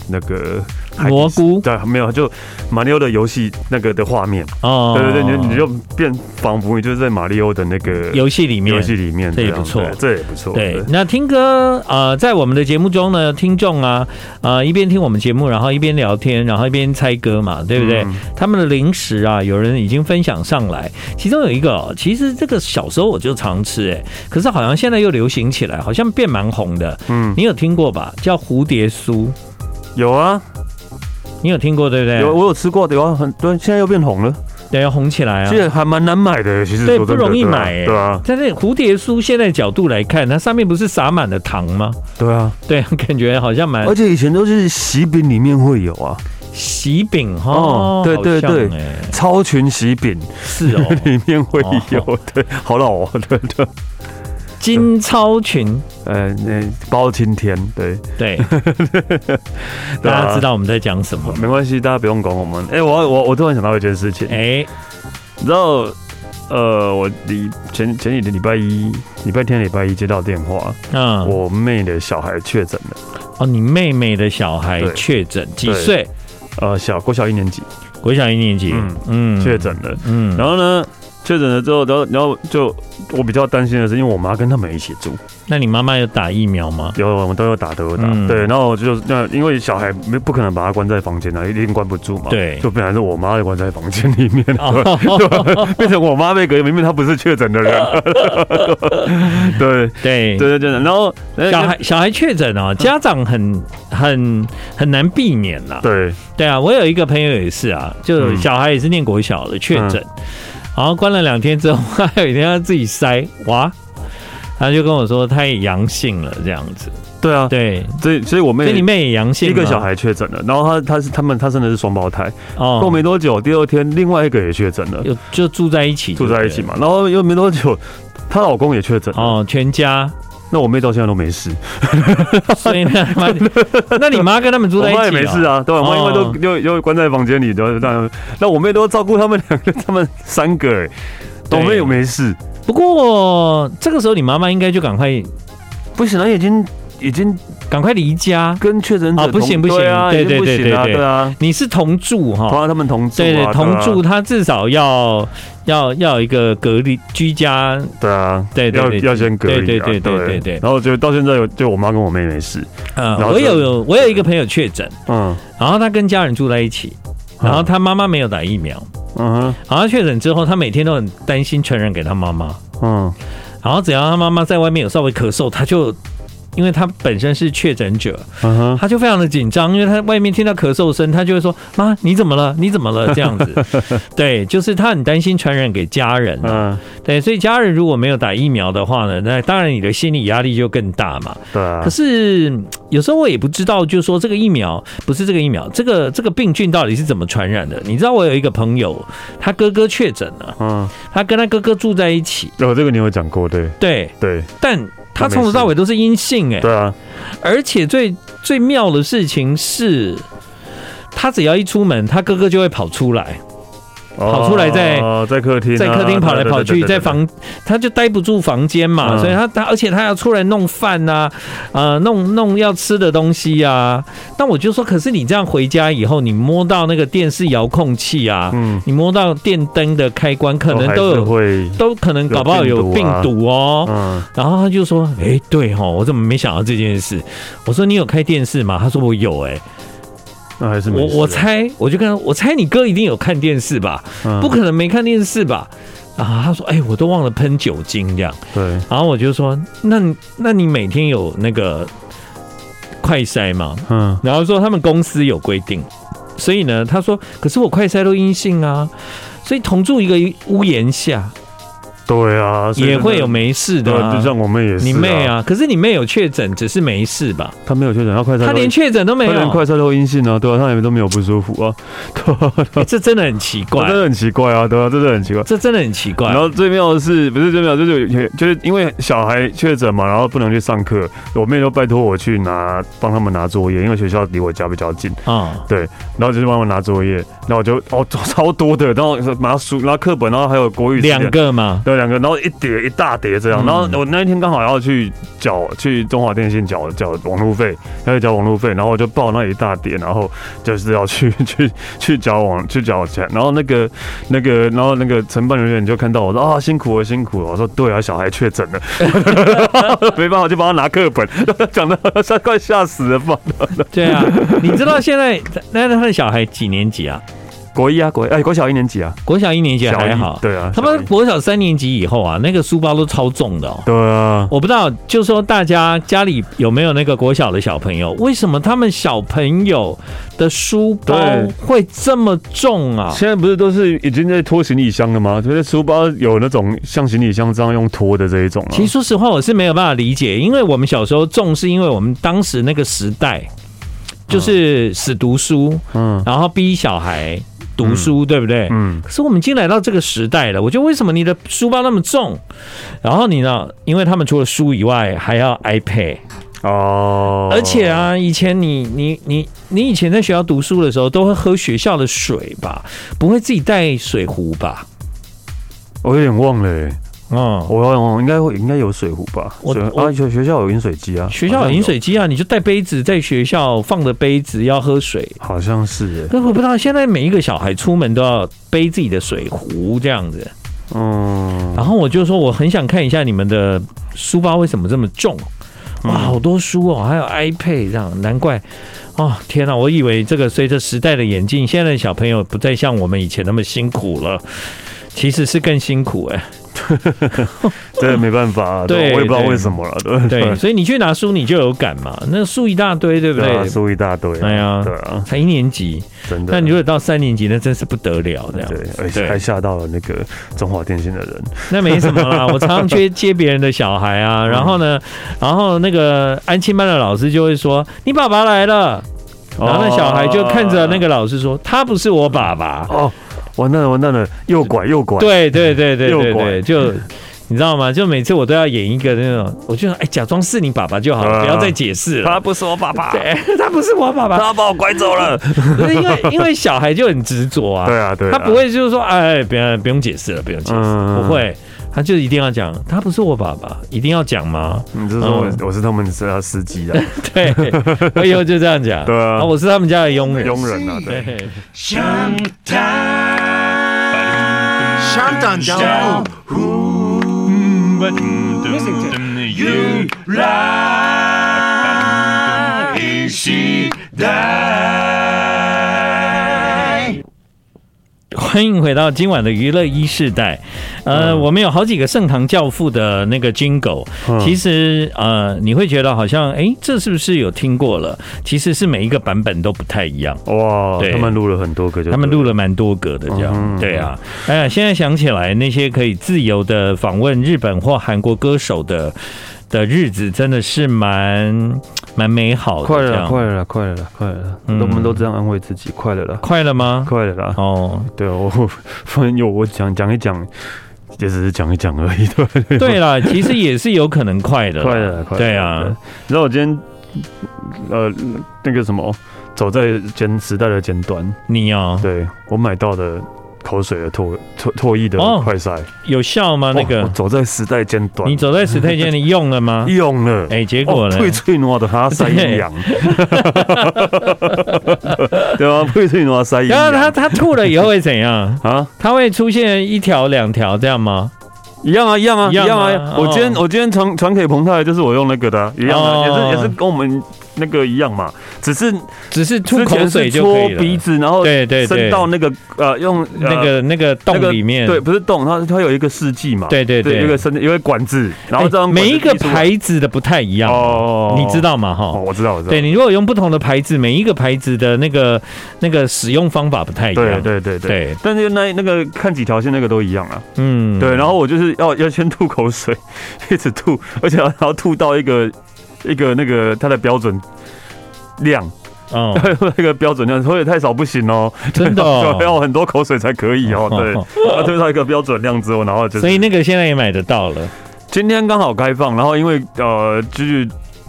Speaker 3: 那个海底
Speaker 2: 蘑菇
Speaker 3: 对，没有就马里欧的游戏那个的画面，
Speaker 2: 哦，
Speaker 3: 对对对，你就你就变仿佛你就是在马里欧的那个
Speaker 2: 游戏里面
Speaker 3: 游戏里面
Speaker 2: 这也
Speaker 3: 样
Speaker 2: 不错
Speaker 3: 对这也不错，
Speaker 2: 对，那听歌呃，在我们的节目中呢，听众啊，呃，一边听我们节目，然后一边聊天，然后一边猜歌嘛，对不对？
Speaker 3: 嗯
Speaker 2: 他们的零食啊，有人已经分享上来，其中有一个、哦，其实这个小时候我就常吃、哎，可是好像现在又流行起来，好像变蛮红的。
Speaker 3: 嗯，
Speaker 2: 你有听过吧？叫蝴蝶酥，
Speaker 3: 有啊，
Speaker 2: 你有听过对不对？
Speaker 3: 有我有吃过，有啊，很多现在又变红了，
Speaker 2: 对，要红起来啊
Speaker 3: 现！在还蛮难买的，其实
Speaker 2: 对
Speaker 3: 说真的
Speaker 2: 不容易
Speaker 3: 对啊
Speaker 2: 买欸
Speaker 3: 对啊，
Speaker 2: 但是蝴蝶酥现在角度来看，它上面不是撒满了糖吗？
Speaker 3: 对啊，
Speaker 2: 对，感觉好像蛮
Speaker 3: 而且以前都是喜饼里面会有啊，
Speaker 2: 喜饼哈、
Speaker 3: 哦对对
Speaker 2: 好像
Speaker 3: 对
Speaker 2: 哎
Speaker 3: 超群喜饼。
Speaker 2: 是哦，
Speaker 3: 里面会
Speaker 2: 哦
Speaker 3: 有，对，好老哦，对对，
Speaker 2: 金超群，
Speaker 3: 呃，那包青天，对，
Speaker 2: 对，
Speaker 3: 对啊
Speaker 2: 大家知道我们在讲什么？
Speaker 3: 没关系，大家不用管我们。哎、我我我突然想到一件事情，
Speaker 2: 哎、
Speaker 3: 你知道，呃，我礼前前几天礼拜一、礼拜天、礼拜一接到电话，
Speaker 2: 嗯，
Speaker 3: 我妹的小孩确诊了，
Speaker 2: 哦，你妹妹的小孩
Speaker 3: 对
Speaker 2: 确诊几
Speaker 3: 对
Speaker 2: 岁？
Speaker 3: 呃，小国小一年级
Speaker 2: 国小一年级
Speaker 3: 嗯，
Speaker 2: 嗯，
Speaker 3: 确，诊了，
Speaker 2: 嗯，
Speaker 3: 然后呢？确诊了之后，然后然后就我比较担心的是，因为我妈跟他们一起住，
Speaker 2: 那你妈妈有打疫苗吗？
Speaker 3: 有我们都有打都有打，
Speaker 2: 嗯
Speaker 3: 对，然后我就那因为小孩没不可能把他关在房间啊，一定关不住嘛，
Speaker 2: 对
Speaker 3: 就本来是我妈关在房间里面，对
Speaker 2: 哦，
Speaker 3: 变成我妈被隔离，明明她不是确诊的人，
Speaker 2: 对
Speaker 3: 对对嗯对对，然后哎
Speaker 2: 小孩小孩确诊哦，家长很很很难避免啦。
Speaker 3: 对
Speaker 2: 对啊，我有一个朋友也是啊，就
Speaker 3: 嗯
Speaker 2: 小孩也是念国小的确诊，然后关了两天之后，还有一天他自己筛，哇，他就跟我说他也阳性了这样子。
Speaker 3: 对啊，
Speaker 2: 对，
Speaker 3: 所以所以我
Speaker 2: 所以你
Speaker 3: 妹。
Speaker 2: 妹也阳性
Speaker 3: 一
Speaker 2: 吗
Speaker 3: 个小孩确诊了，然后她她是他们她生的是双胞胎，过
Speaker 2: 哦，
Speaker 3: 没多久，第二天另外一个也确诊了，
Speaker 2: 有就住在一起，
Speaker 3: 住在一起
Speaker 2: 对
Speaker 3: 嘛，然后又没多久，她老公也确诊
Speaker 2: 不对。
Speaker 3: 了，
Speaker 2: 哦，全 家，
Speaker 3: 那我妹到现在都没事，
Speaker 2: 所以呢，妈那你妈跟他们住
Speaker 3: 我
Speaker 2: 在一起、
Speaker 3: 妈
Speaker 2: 哦，
Speaker 3: 也没事啊，对吧？我妈因为
Speaker 2: 哦
Speaker 3: 都又又关在房间里，对那那我妹都照顾他们两个，他们三个，哎，
Speaker 2: 对
Speaker 3: 我妹有没事？
Speaker 2: 不过这个时候你妈妈应该就赶快
Speaker 3: 不行
Speaker 2: 啊
Speaker 3: 了，已经已经
Speaker 2: 赶快离家，
Speaker 3: 跟确诊者
Speaker 2: 啊不行
Speaker 3: 同
Speaker 2: 不行
Speaker 3: 对啊，
Speaker 2: 对
Speaker 3: 已经
Speaker 2: 对
Speaker 3: 不
Speaker 2: 对
Speaker 3: 行啊
Speaker 2: 对对
Speaker 3: 对啊，
Speaker 2: 你是同住哈、
Speaker 3: 同他们同住啊，
Speaker 2: 对对，
Speaker 3: 啊
Speaker 2: 同住，他至少要要要有一个隔离居家，
Speaker 3: 对啊，
Speaker 2: 对对
Speaker 3: 要
Speaker 2: 对
Speaker 3: 要先隔离啊，
Speaker 2: 对对对对对对
Speaker 3: 然后就到现在有就我妈跟我妹没事，
Speaker 2: 呃
Speaker 3: 然，后
Speaker 2: 我
Speaker 3: 就
Speaker 2: 有我有一个朋友确诊，
Speaker 3: 嗯，
Speaker 2: 然后他跟家人住在一起，然后他妈妈没有打疫苗，
Speaker 3: 嗯
Speaker 2: 然后他确诊之后，他每天都很担心传染给他妈妈，
Speaker 3: 哼嗯
Speaker 2: 然后只要他妈妈在外面有稍微咳嗽，他就。因为他本身是确诊者，
Speaker 3: 嗯哼，
Speaker 2: 他就非常的紧张，因为他外面听到咳嗽声，他就会说：“妈，你怎么了？你怎么了？”这样子， 对，就是他很担心传染给家人、啊。
Speaker 3: 嗯，
Speaker 2: 对，所以家人如果没有打疫苗的话呢，那当然你的心理压力就更大嘛。
Speaker 3: 对啊
Speaker 2: 可，是嗯有时候我也不知道，就是说这个疫苗不是这个疫苗，这个这个病菌到底是怎么传染的？你知道我有一个朋友，他哥哥确诊了，
Speaker 3: 嗯，
Speaker 2: 他跟他哥哥住在一起，
Speaker 3: 然后这个你有讲过，对
Speaker 2: 对，
Speaker 3: 对
Speaker 2: 但他从头到尾都是阴性哎、
Speaker 3: 对啊，
Speaker 2: 而且最最妙的事情是。他只要一出门，他哥哥就会跑出来，跑出来在
Speaker 3: 哦在客厅啊，
Speaker 2: 在客厅跑来跑
Speaker 3: 对
Speaker 2: 去，在，房他就待不住房间嘛，
Speaker 3: 嗯
Speaker 2: 所以他他而且他要出来弄饭呐、啊，呃，弄弄要吃的东西呀、啊。那我就说，可是你这样回家以后，你摸到那个电视遥控器啊，
Speaker 3: 对对对对嗯，
Speaker 2: 你摸到电灯的开关，可能都
Speaker 3: 还是
Speaker 2: 有。
Speaker 3: 会，
Speaker 2: 都可能搞不好有
Speaker 3: 有
Speaker 2: 病
Speaker 3: 病毒啊
Speaker 2: 毒哦，
Speaker 3: 嗯，
Speaker 2: 然后他就说：“哎、对哈，我怎么没想到这件事？”我说：“你有开电视吗？”他说：“我有、哎，
Speaker 3: 那还是没
Speaker 2: 我
Speaker 3: 事
Speaker 2: 我，猜，我就跟他我猜你哥一定有看电视吧？
Speaker 3: 嗯
Speaker 2: 不可能没看电视吧？啊，他说，哎、我都忘了喷酒精这样。
Speaker 3: 对，
Speaker 2: 然后我就说，那你那你每天有那个快筛吗？
Speaker 3: 嗯
Speaker 2: 然后说他们公司有规定，所以呢，他说，可是我快筛都阴性啊，所以同住一个屋檐下，
Speaker 3: 对啊，所以
Speaker 2: 也
Speaker 3: 真的
Speaker 2: 会有没事的、
Speaker 3: 对
Speaker 2: 啊
Speaker 3: 就。像我妹也是，
Speaker 2: 你妹，啊！可是你妹有确诊，只是没事吧？
Speaker 3: 她没有确诊，她快筛，
Speaker 2: 她连确诊都没
Speaker 3: 她连快
Speaker 2: 有，
Speaker 3: 筛都阴性啊，对啊，她也都没有不舒服啊， 对啊，
Speaker 2: 哎这真的很奇怪
Speaker 3: 真，的很奇怪啊，对啊，真的很奇怪。
Speaker 2: 这真的很奇怪
Speaker 3: 然。后最妙的是，不是最妙，就是有就是因为小孩确诊嘛，然后不能去上课，我妹都拜托我去拿帮他们拿作业，因为学校离我家比较近，
Speaker 2: 啊，
Speaker 3: 然后就去帮他们拿作业，然后我就哦超多的，然后拿书拿课本，然后还有国语词典
Speaker 2: 两个 嘛，
Speaker 3: 对，两个，然后一叠一大叠这样，
Speaker 2: 嗯
Speaker 3: 然后我那一天刚好要去缴去中华电信缴缴网路费，要去缴网路费，然后我就报那一大叠，然后就是要去 去去缴网去缴钱，然后那个那个然后那个承办人员就看到我说啊辛苦了辛苦了，我说对啊，小孩确诊了， 没办法就帮他拿课本， 讲的他快吓死了吧，
Speaker 2: 对啊。你知道现在那他的小孩几年级啊？
Speaker 3: 国一啊国一哎国小一年级啊，
Speaker 2: 国小一年级
Speaker 3: 小一
Speaker 2: 还好，
Speaker 3: 对啊，
Speaker 2: 他
Speaker 3: 小
Speaker 2: 们
Speaker 3: 一
Speaker 2: 国小三年级以后啊，那个书包都超重的哦。
Speaker 3: 对啊，
Speaker 2: 我不知道，就说大家家里有没有那个国小的小朋友？为什么他们小朋友的书包
Speaker 3: 对
Speaker 2: 会这么重啊？
Speaker 3: 现在不是都是已经在拖行李箱了吗？就是书包有那种像行李箱这样用拖的这一种啊。
Speaker 2: 其实说实话，我是没有办法理解，因为我们小时候重是因为我们当时那个时代就是死读书，
Speaker 3: 嗯
Speaker 2: 然后逼小孩读书，对不对？
Speaker 3: 嗯，
Speaker 2: 可是我们已经来到这个时代了，我觉得为什么你的书包那么重？然后你呢？因为他们除了书以外，还要 iPad。
Speaker 3: 哦，
Speaker 2: 而且，啊，以前你你你你以前在学校读书的时候，都会喝学校的水吧？不会自己带水壶吧？
Speaker 3: 我有点忘了欸、
Speaker 2: 嗯，
Speaker 3: 我我应该会应该有水壶吧？
Speaker 2: 我
Speaker 3: 水
Speaker 2: 我
Speaker 3: 啊学学校有饮水机啊，
Speaker 2: 学校有饮水机啊，你就带杯子，在学校放着杯子要喝水。
Speaker 3: 好像有，好像是、欸，
Speaker 2: 可是我不知道，现在每一个小孩出门都要背自己的水壶这样子。
Speaker 3: 嗯，
Speaker 2: 然后我就说，我很想看一下你们的书包为什么这么重。哇，
Speaker 3: 嗯
Speaker 2: 好多书哦，还有 iPad 这样，难怪哦！天哪，我以为这个随着时代的演进，现在的小朋友不再像我们以前那么辛苦了，其实是更辛苦 哎、
Speaker 3: 这没办法、 啊，
Speaker 2: 对
Speaker 3: 我也不知道
Speaker 2: 对
Speaker 3: 为什么了，对
Speaker 2: 对，所以你去拿书，你就有感嘛，那书一大堆，对不
Speaker 3: 对
Speaker 2: 对？
Speaker 3: 啊，输一大堆，
Speaker 2: 哎呀
Speaker 3: 对啊，
Speaker 2: 才一年级，
Speaker 3: 真的。
Speaker 2: 那你如果到三年级，那真是不得了这样。
Speaker 3: 对，而且
Speaker 2: 对
Speaker 3: 还吓到了那个中华电信的人，
Speaker 2: 那没什么啦，我常常接接别人的小孩 啊，
Speaker 3: 嗯
Speaker 2: 然后呢，然后那个安亲班的老师就会说：“你爸爸来了。”
Speaker 3: 哦
Speaker 2: 然后那小孩就看着那个老师说：“他不是我爸爸。
Speaker 3: 哦，完蛋了，完蛋了，又拐又”拐，
Speaker 2: 对对对对
Speaker 3: 诱
Speaker 2: 对
Speaker 3: 拐
Speaker 2: 对，就你知道吗？就每次我都要演一个那种，我就说哎，假装是你爸爸就好
Speaker 3: 啊
Speaker 2: 了，不要再解释 了。
Speaker 3: 不是我爸爸
Speaker 2: 对，他不是我爸爸，
Speaker 3: 他把我拐走了。
Speaker 2: 可是因为因为小孩就很执着啊，
Speaker 3: 对啊，对啊，
Speaker 2: 他不会就是说哎，不要不用解释了，不用解释，
Speaker 3: 嗯
Speaker 2: 不会，他就一定要讲他不是我爸爸，一定要讲吗？
Speaker 3: 你是说我
Speaker 2: 嗯
Speaker 3: 我是他们家司机啊，
Speaker 2: 对，
Speaker 3: 哎
Speaker 2: 我以后就这样讲。
Speaker 3: 对啊
Speaker 2: 我是他们家的佣人。
Speaker 3: 佣人啊，对，
Speaker 2: 对，
Speaker 1: 想他。
Speaker 4: 香港脚步，
Speaker 1: You like 一时代。
Speaker 2: 欢迎回到今晚的娱乐一世代。呃，我们有好几个盛唐教父的那个 Jingle，、
Speaker 3: 嗯
Speaker 2: 其实呃，你会觉得好像哎，诶这是不是有听过了？其实是每一个版本都不太一样。
Speaker 3: 哇，
Speaker 2: 对
Speaker 3: 他们录了很多个，就
Speaker 2: 他们
Speaker 3: 对
Speaker 2: 录了蛮多个的，这
Speaker 3: 嗯
Speaker 2: 样对啊。哎呀，现在想起来，那些可以自由的访问日本或韩国歌手的的日子，真的是蛮蛮美好的。
Speaker 3: 快
Speaker 2: 这
Speaker 3: 了啦，
Speaker 2: 样
Speaker 3: 快了啦，快了啦，快了啦，
Speaker 2: 嗯
Speaker 3: 我们都这样安慰自己，快了啦，
Speaker 2: 快了吗？
Speaker 3: 快了啦。
Speaker 2: 哦，
Speaker 3: 对我， 反正有我讲讲一讲，也只是讲一讲而已，对对
Speaker 2: 对啦，其实也是有可能快的啦，
Speaker 3: 快了啦，快了啦。
Speaker 2: 对啊，
Speaker 3: 你知道我今天呃那个什么，走在尖时代的尖端，
Speaker 2: 你哦，
Speaker 3: 对我买到的口水的唾唾唾液的
Speaker 2: 哦
Speaker 3: 快塞，
Speaker 2: 有效吗？那
Speaker 3: 哇我
Speaker 2: 个，
Speaker 3: 走在时代尖端，
Speaker 2: 你走在史太监，你用了 吗？
Speaker 3: 用了。
Speaker 2: 哎，结果
Speaker 3: 哦，
Speaker 2: 呢？
Speaker 3: 配翠诺的哈塞阴阳，对啊，配翠诺塞阴
Speaker 2: 然后他
Speaker 3: 阳
Speaker 2: 他吐了以后会怎样？
Speaker 3: 啊，
Speaker 2: 他会出现一条两条这样吗？
Speaker 3: 一样啊，一样啊，一
Speaker 2: 一样
Speaker 3: 样
Speaker 2: 啊
Speaker 3: 啊。我今天
Speaker 2: 哦
Speaker 3: 我今天传传给彭太，就是我用那个的啊，一样
Speaker 2: 哦
Speaker 3: 啊，也是也是跟我们那个一样嘛，只是
Speaker 2: 只是吐
Speaker 3: 之
Speaker 2: 口
Speaker 3: 前
Speaker 2: 水
Speaker 3: 是
Speaker 2: 就
Speaker 3: 搓
Speaker 2: 可以了。
Speaker 3: 鼻子，然后
Speaker 2: 对对对
Speaker 3: 伸到那个呃用呃
Speaker 2: 那个那个
Speaker 3: 那个
Speaker 2: 洞里面，
Speaker 3: 对，不是洞，它它有一个试剂嘛，
Speaker 2: 对对
Speaker 3: 对，有一个伸有一个管子，然后这
Speaker 2: 哎
Speaker 3: 样管
Speaker 2: 每
Speaker 3: 子
Speaker 2: 一个
Speaker 3: 滴出来
Speaker 2: 牌子的不太一样，
Speaker 3: 哦
Speaker 2: 你知道吗？哈、
Speaker 3: 哦，我知道我知道，
Speaker 2: 对你如果用不同的牌子，每一个牌子的那个那个使用方法不太一样。
Speaker 3: 对对对对，
Speaker 2: 对
Speaker 3: 但是那那个看几条线那个都一样啊，
Speaker 2: 嗯，
Speaker 3: 对，然后我就是要要先吐口水，一直吐，而且要要吐到一个一个那个它的标准量，
Speaker 2: 哦，
Speaker 3: 那个标准量，所以太少不行哦，
Speaker 2: 真的、
Speaker 3: 对要
Speaker 2: 哦。
Speaker 3: 要很多口水才可以哦，对，要吐到一个标准量之后，然后就是
Speaker 2: 所以那个现在也买得到了，
Speaker 3: 今天刚好开放，然后因为呃，就是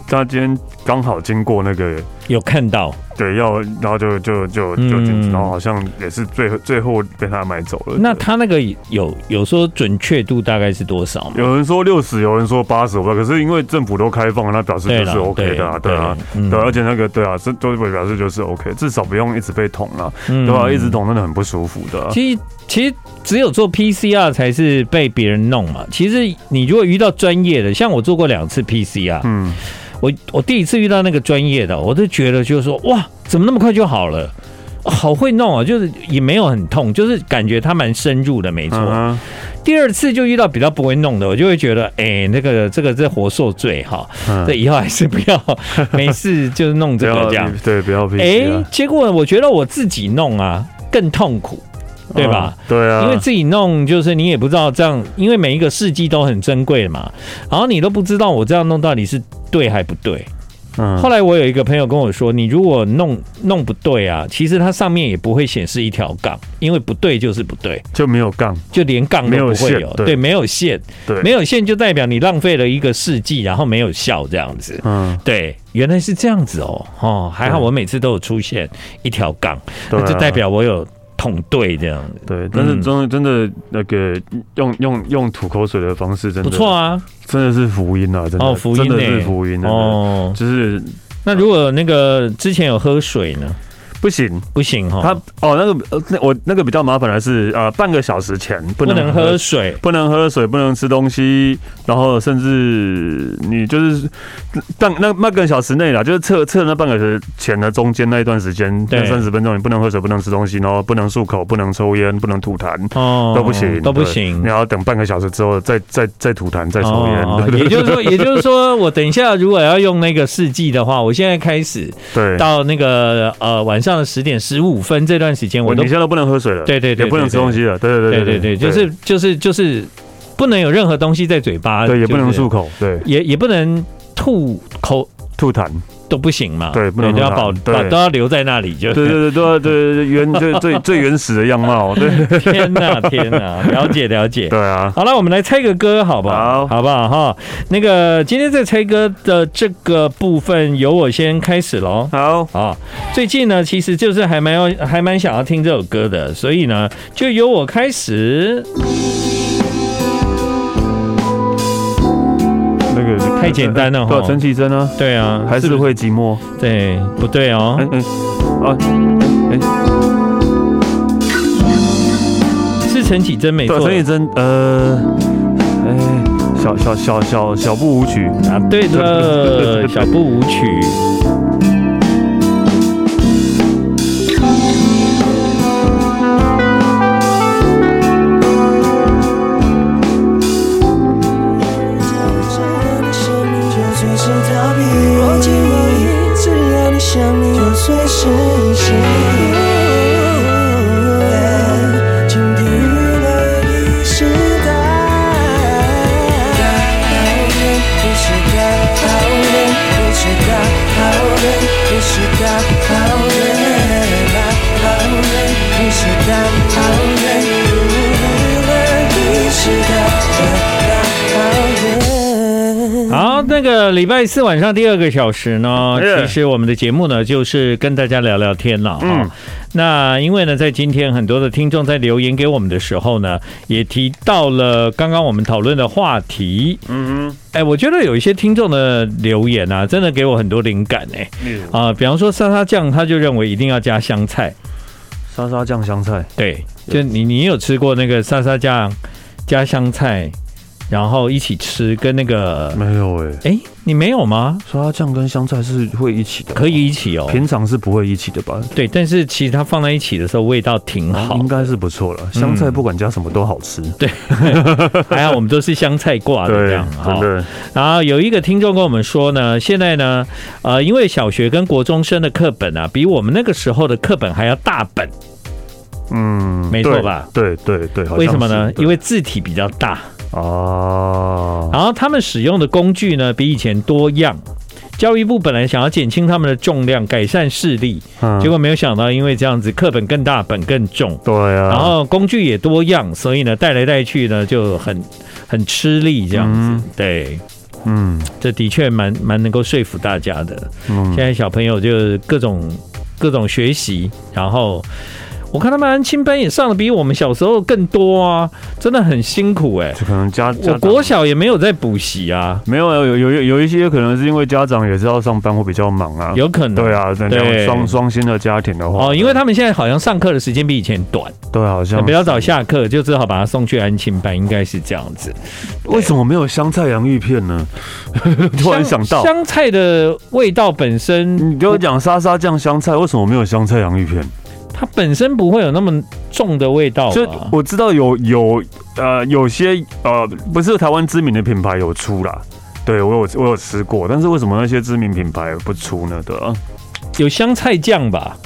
Speaker 3: 他今天刚好经过那个。
Speaker 2: 有看到，
Speaker 3: 对，要然后就就就就进去，
Speaker 2: 嗯
Speaker 3: 然后好像也是最后最后被他买走了。
Speaker 2: 那
Speaker 3: 对
Speaker 2: 他那个有有说准确度大概是多少吗？
Speaker 3: 有人说六十，有人说八十，我不知道。可是因为政府都开放，那表示
Speaker 2: 对
Speaker 3: 就
Speaker 2: 了
Speaker 3: 是 OK 的、啊，对啊。，
Speaker 2: 嗯
Speaker 3: 对，而且那个对啊，这都表示就是 OK，至少不用一直被捅了、
Speaker 2: 嗯
Speaker 3: 对吧、啊一直捅真的很不舒服的啊、
Speaker 2: 其实其实只有做 PCR 才是被别人弄嘛。其实你如果遇到专业的，像我做过两次 PCR，、
Speaker 3: 嗯，
Speaker 2: 我我第一次遇到那个专业的，我就觉得就是说哇，怎么那么快就好了？哦好会弄啊，就是也没有很痛，就是感觉它蛮深入的，没错。
Speaker 3: 嗯哼
Speaker 2: 第二次就遇到比较不会弄的，我就会觉得，哎、那个这个这活受罪哈，
Speaker 3: 嗯
Speaker 2: 这、以后还是不要没事就是弄
Speaker 3: 不
Speaker 2: 这个
Speaker 3: 要
Speaker 2: 这样。
Speaker 3: 对，不要啊 P
Speaker 2: 哎、
Speaker 3: 嗯
Speaker 2: 结果我觉得我自己弄啊更痛苦，对吧？
Speaker 3: 对啊，
Speaker 2: 因为自己弄，就是你也不知道这样，因为每一个试剂都很珍贵嘛，然后你都不知道我这样弄到底是对还不对。
Speaker 3: 嗯
Speaker 2: 后来我有一个朋友跟我说，你如果弄弄不对啊，其实它上面也不会显示一条杠，因为不对就是不对，
Speaker 3: 就没有杠，
Speaker 2: 就连杠
Speaker 3: 没
Speaker 2: 都
Speaker 3: 有
Speaker 2: 不会
Speaker 3: 线
Speaker 2: 有，
Speaker 3: 对
Speaker 2: 对，没有线，
Speaker 3: 对，
Speaker 2: 没有线就代表你浪费了一个试剂，然后没有效这样子。
Speaker 3: 嗯，
Speaker 2: 对，原来是这样子哦，哦，还好
Speaker 3: 对
Speaker 2: 我每次都有出现一条杠，
Speaker 3: 对啊
Speaker 2: 那就代表我有捅对这样子，
Speaker 3: 对，但是
Speaker 2: 嗯
Speaker 3: 真的真的那个用用用吐口水的方式，真的
Speaker 2: 不错啊，
Speaker 3: 真的是福音啊，真的，
Speaker 2: 哦福音
Speaker 3: 真的
Speaker 2: 欸
Speaker 3: 是福音哦，
Speaker 2: 哦。
Speaker 3: 就是
Speaker 2: 那如果那个之前有喝水呢？
Speaker 3: 不行，
Speaker 2: 不行哈，
Speaker 3: 他哦那个呃那我那个比较麻烦的是呃半个小时前不
Speaker 2: 不能
Speaker 3: 能喝
Speaker 2: 喝水，
Speaker 3: 不能喝水，不能吃东西，然后甚至你就是半那半个小时内啦，就是测测那半个小时前的中间那一段时间，
Speaker 2: 对
Speaker 3: 那三十分钟你不能喝水，不能吃东西，然后不能漱口，不能抽烟，不能吐痰。
Speaker 2: 哦
Speaker 3: 都不行，
Speaker 2: 都不
Speaker 3: 对
Speaker 2: 行
Speaker 3: 你。要等半个小时之后再再再吐痰，再抽烟，
Speaker 2: 哦
Speaker 3: 对，对
Speaker 2: 也就是说，也就是说，我等一下如果要用那个试剂的话，我现在开始
Speaker 3: 对。
Speaker 2: 到那个呃晚上的十点十五分这段时间，我
Speaker 3: 我
Speaker 2: 都
Speaker 3: 你现在都不能喝水了，
Speaker 2: 对对对
Speaker 3: 也不能吃东西了，对对
Speaker 2: 对
Speaker 3: 对
Speaker 2: 对对，就是就是就是不能有任何东西在嘴巴，
Speaker 3: 对，也不能
Speaker 2: 就是
Speaker 3: 漱口，对，
Speaker 2: 也也不能吐口
Speaker 3: 吐痰，
Speaker 2: 都不行嘛，
Speaker 3: 对不能
Speaker 2: 都要
Speaker 3: 吐
Speaker 2: 保
Speaker 3: 痰对
Speaker 2: 保都要留在那里，就
Speaker 3: 对对对对对对，原最 最最原始的样貌，对
Speaker 2: 天哪天 哪，了解了解。
Speaker 3: 对啊，
Speaker 2: 好了，我们来猜个歌，好不好？
Speaker 3: 好
Speaker 2: 不好哈？那个今天在猜歌的这个部分，由我先开始喽。
Speaker 3: 好，
Speaker 2: 啊，最近呢，其实就是还蛮要，还蛮想要听这首歌的，所以呢，就由我开始。
Speaker 3: 那个
Speaker 2: 太简单了
Speaker 3: 对
Speaker 2: 齁
Speaker 3: 啊，陈绮贞啊，
Speaker 2: 对啊，
Speaker 3: 还是
Speaker 2: 不
Speaker 3: 会寂寞，
Speaker 2: 对，不对哦
Speaker 3: 哎？哎啊哎
Speaker 2: 是陈绮贞没
Speaker 3: 对啊，
Speaker 2: 错
Speaker 3: 陈，绮贞，呃，哎，小小小小小步舞曲，
Speaker 2: 答啊对的， 小步舞曲。
Speaker 1: 只要你想你，就随时逃避；若即若离，只要你想你，就随时一起。今天娱乐一时代，讨厌一时代，讨厌一时代，讨厌一时代，讨厌吧，讨厌一时代，讨厌娱乐一时代，讨厌。
Speaker 2: 好，那个礼拜四晚上第二个小时呢，
Speaker 3: Yeah
Speaker 2: 其实我们的节目呢就是跟大家聊聊天了哈、
Speaker 3: 哎嗯
Speaker 2: 那因为呢，在今天很多的听众在留言给我们的时候呢，也提到了刚刚我们讨论的话题。
Speaker 3: 嗯
Speaker 2: 哎，我觉得有一些听众的留言啊，真的给我很多灵感哎、
Speaker 3: 哼，
Speaker 2: 啊、比方说沙沙酱，他就认为一定要加香菜。
Speaker 3: 沙沙酱香菜，
Speaker 2: 对，就你你有吃过那个沙沙酱加香菜然后一起吃，跟那个
Speaker 3: 没有哎、
Speaker 2: 哎，你没有吗？
Speaker 3: 沙拉酱跟香菜是会一起的，
Speaker 2: 可以一起哦。
Speaker 3: 平常是不会一起的吧？
Speaker 2: 对，但是其实它放在一起的时候味道挺好嗯
Speaker 3: 应，该是不错了。香菜不管加什么都好吃，
Speaker 2: 还哎好我们都是香菜挂的这
Speaker 3: 对
Speaker 2: 样，
Speaker 3: 真
Speaker 2: 哈。
Speaker 3: 的
Speaker 2: 然后有一个听众跟我们说呢，现在呢，呃，因为小学跟国中生的课本啊，比我们那个时候的课本还要大本，
Speaker 3: 嗯，
Speaker 2: 没错吧
Speaker 3: 对？对对对，好像
Speaker 2: 为什么呢
Speaker 3: 是？对
Speaker 2: 因为字体比较大，
Speaker 3: 啊，
Speaker 2: 然后他们使用的工具呢比以前多样。教育部本来想要减轻他们的重量，改善视力，
Speaker 3: 嗯
Speaker 2: 结果没有想到，因为这样子课本更大，本更重，
Speaker 3: 对啊，
Speaker 2: 然后工具也多样，所以呢带来带去呢就很很吃力这样子。对，
Speaker 3: 嗯
Speaker 2: 这的确蛮蛮能够说服大家的。
Speaker 3: 嗯
Speaker 2: 现在小朋友就是各种各种学习，然后我看他们安亲班也上的比我们小时候更多啊，真的很辛苦哎、
Speaker 3: 就可能家家
Speaker 2: 我
Speaker 3: 长
Speaker 2: 国小也没有在补习啊，
Speaker 3: 没有有有有有一些可能是因为家长也是要上班或比较忙啊，
Speaker 2: 有可能
Speaker 3: 对啊，人
Speaker 2: 对
Speaker 3: 家双双薪的家庭的话，
Speaker 2: 哦，因为他们现在好像上课的时间比以前短，
Speaker 3: 对啊好像
Speaker 2: 比较早下课，就只好把他送去安亲班，应该是这样子。
Speaker 3: 为什么没有香菜洋芋片呢？ 突然想到，
Speaker 2: 香香菜的味道本身，
Speaker 3: 你给我讲沙沙酱香菜，为什么没有香菜洋芋片？
Speaker 2: 它本身不会有那么重的味道
Speaker 3: 就
Speaker 2: 吧？
Speaker 3: 我知道有有呃有些呃不是台湾知名的品牌有出啦，对我有我有吃过，但是为什么那些知名品牌不出呢？对啊，
Speaker 2: 有香菜酱吧？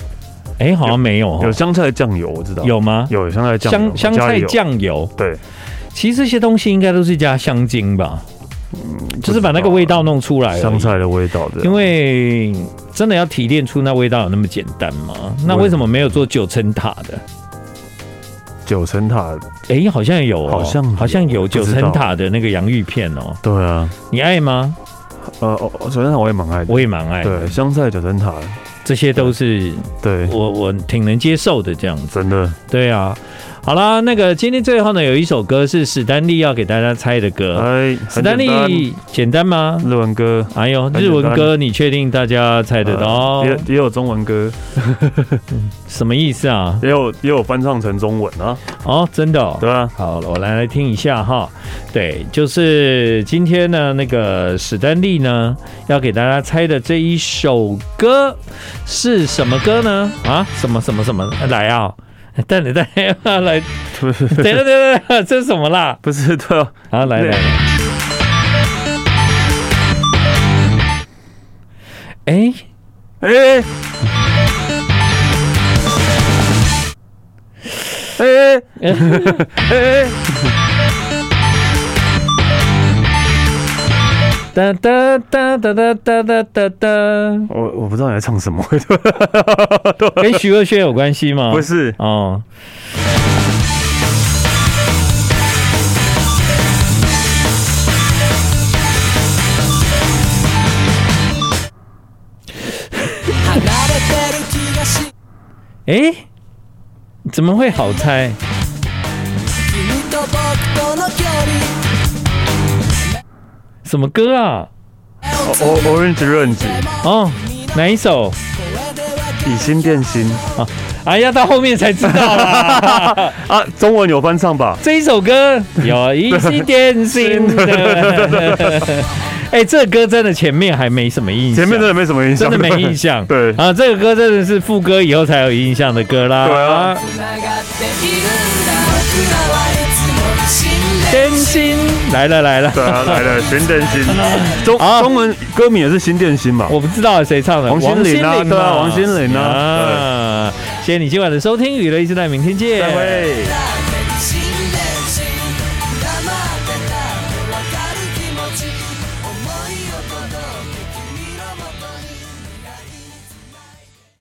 Speaker 2: 哎、好像没有哦，
Speaker 3: 有香菜酱油我知道，
Speaker 2: 有吗？
Speaker 3: 有香菜酱油
Speaker 2: 香香菜，
Speaker 3: 我家里有
Speaker 2: 酱油，
Speaker 3: 对，
Speaker 2: 其实这些东西应该都是加香精吧，就是把那个味道弄出来而已。
Speaker 3: 嗯香菜的味道的，
Speaker 2: 哎因为真的要提炼出那味道有那么简单吗？那为什么没有做九层塔的？
Speaker 3: 九层塔，
Speaker 2: 哎、好像有、哦，
Speaker 3: 好像有
Speaker 2: 好像有
Speaker 3: 知
Speaker 2: 九
Speaker 3: 道
Speaker 2: 层塔的那个洋芋片哦，
Speaker 3: 对啊，
Speaker 2: 你爱吗？
Speaker 3: 呃哦九层塔我也蛮爱的，
Speaker 2: 我也蛮爱的哦
Speaker 3: 对，，香菜九层塔，
Speaker 2: 这些都是
Speaker 3: 对，
Speaker 2: 我我挺能接受的这样子。
Speaker 3: 真的，
Speaker 2: 对啊，好啦，那个今天最后呢，有一首歌是史丹利要给大家猜的歌。
Speaker 3: 哎，
Speaker 2: 史
Speaker 3: 很
Speaker 2: 丹
Speaker 3: 简单
Speaker 2: 利简单吗？
Speaker 3: 日文歌。
Speaker 2: 哎呦，
Speaker 3: 简单
Speaker 2: 日文歌你确定大家猜得到
Speaker 3: 呃？也也有中文歌，
Speaker 2: 什么意思啊？
Speaker 3: 也有也有翻唱成中文啊，
Speaker 2: 哦，真的、哦。
Speaker 3: 对啊，
Speaker 2: 好，我来来听一下哈。对，就是今天呢，那个史丹利呢要给大家猜的这一首歌是什么歌呢？啊，什么什么什么？来啊！等等等等，来， 等等等等，这是什么啦？
Speaker 3: 不是对啊，
Speaker 2: 好，来
Speaker 3: 对
Speaker 2: 来。哎，
Speaker 3: 哎 哎哎
Speaker 2: 哒哒哒哒哒哒哒哒哒，
Speaker 3: 我我不知道你在唱什么，
Speaker 2: 跟徐若瑄有关系吗？
Speaker 3: 不是
Speaker 2: 哦。哎，怎么会好猜？什么歌啊？
Speaker 3: O Orange Range
Speaker 2: 哦，哪一首？
Speaker 3: 以心电心
Speaker 2: 哎呀，到后面才知道 啦。
Speaker 3: 啊，中文有翻唱吧？
Speaker 2: 这一首歌有一些点心 的。 哎，这歌真的前面还没什么印象，
Speaker 3: 前面真的没什么印 象，
Speaker 2: 真的没印象。
Speaker 3: 对
Speaker 2: 啊，这个歌真的是副歌以后才有印象的歌啦。
Speaker 3: 对啊，
Speaker 2: 点心来了来了，
Speaker 3: 对啊，来了心电心，中
Speaker 2: 好
Speaker 3: 中文歌名也是心电心嘛，
Speaker 2: 我不知道谁唱的，
Speaker 3: 王心凌啊
Speaker 2: 王心
Speaker 3: 对啊
Speaker 2: 嘛
Speaker 3: 王心凌啊
Speaker 2: 啊谢谢你今晚的收听，娱乐一时代，明天见，
Speaker 3: 再会。
Speaker 5: 「君の心の中に」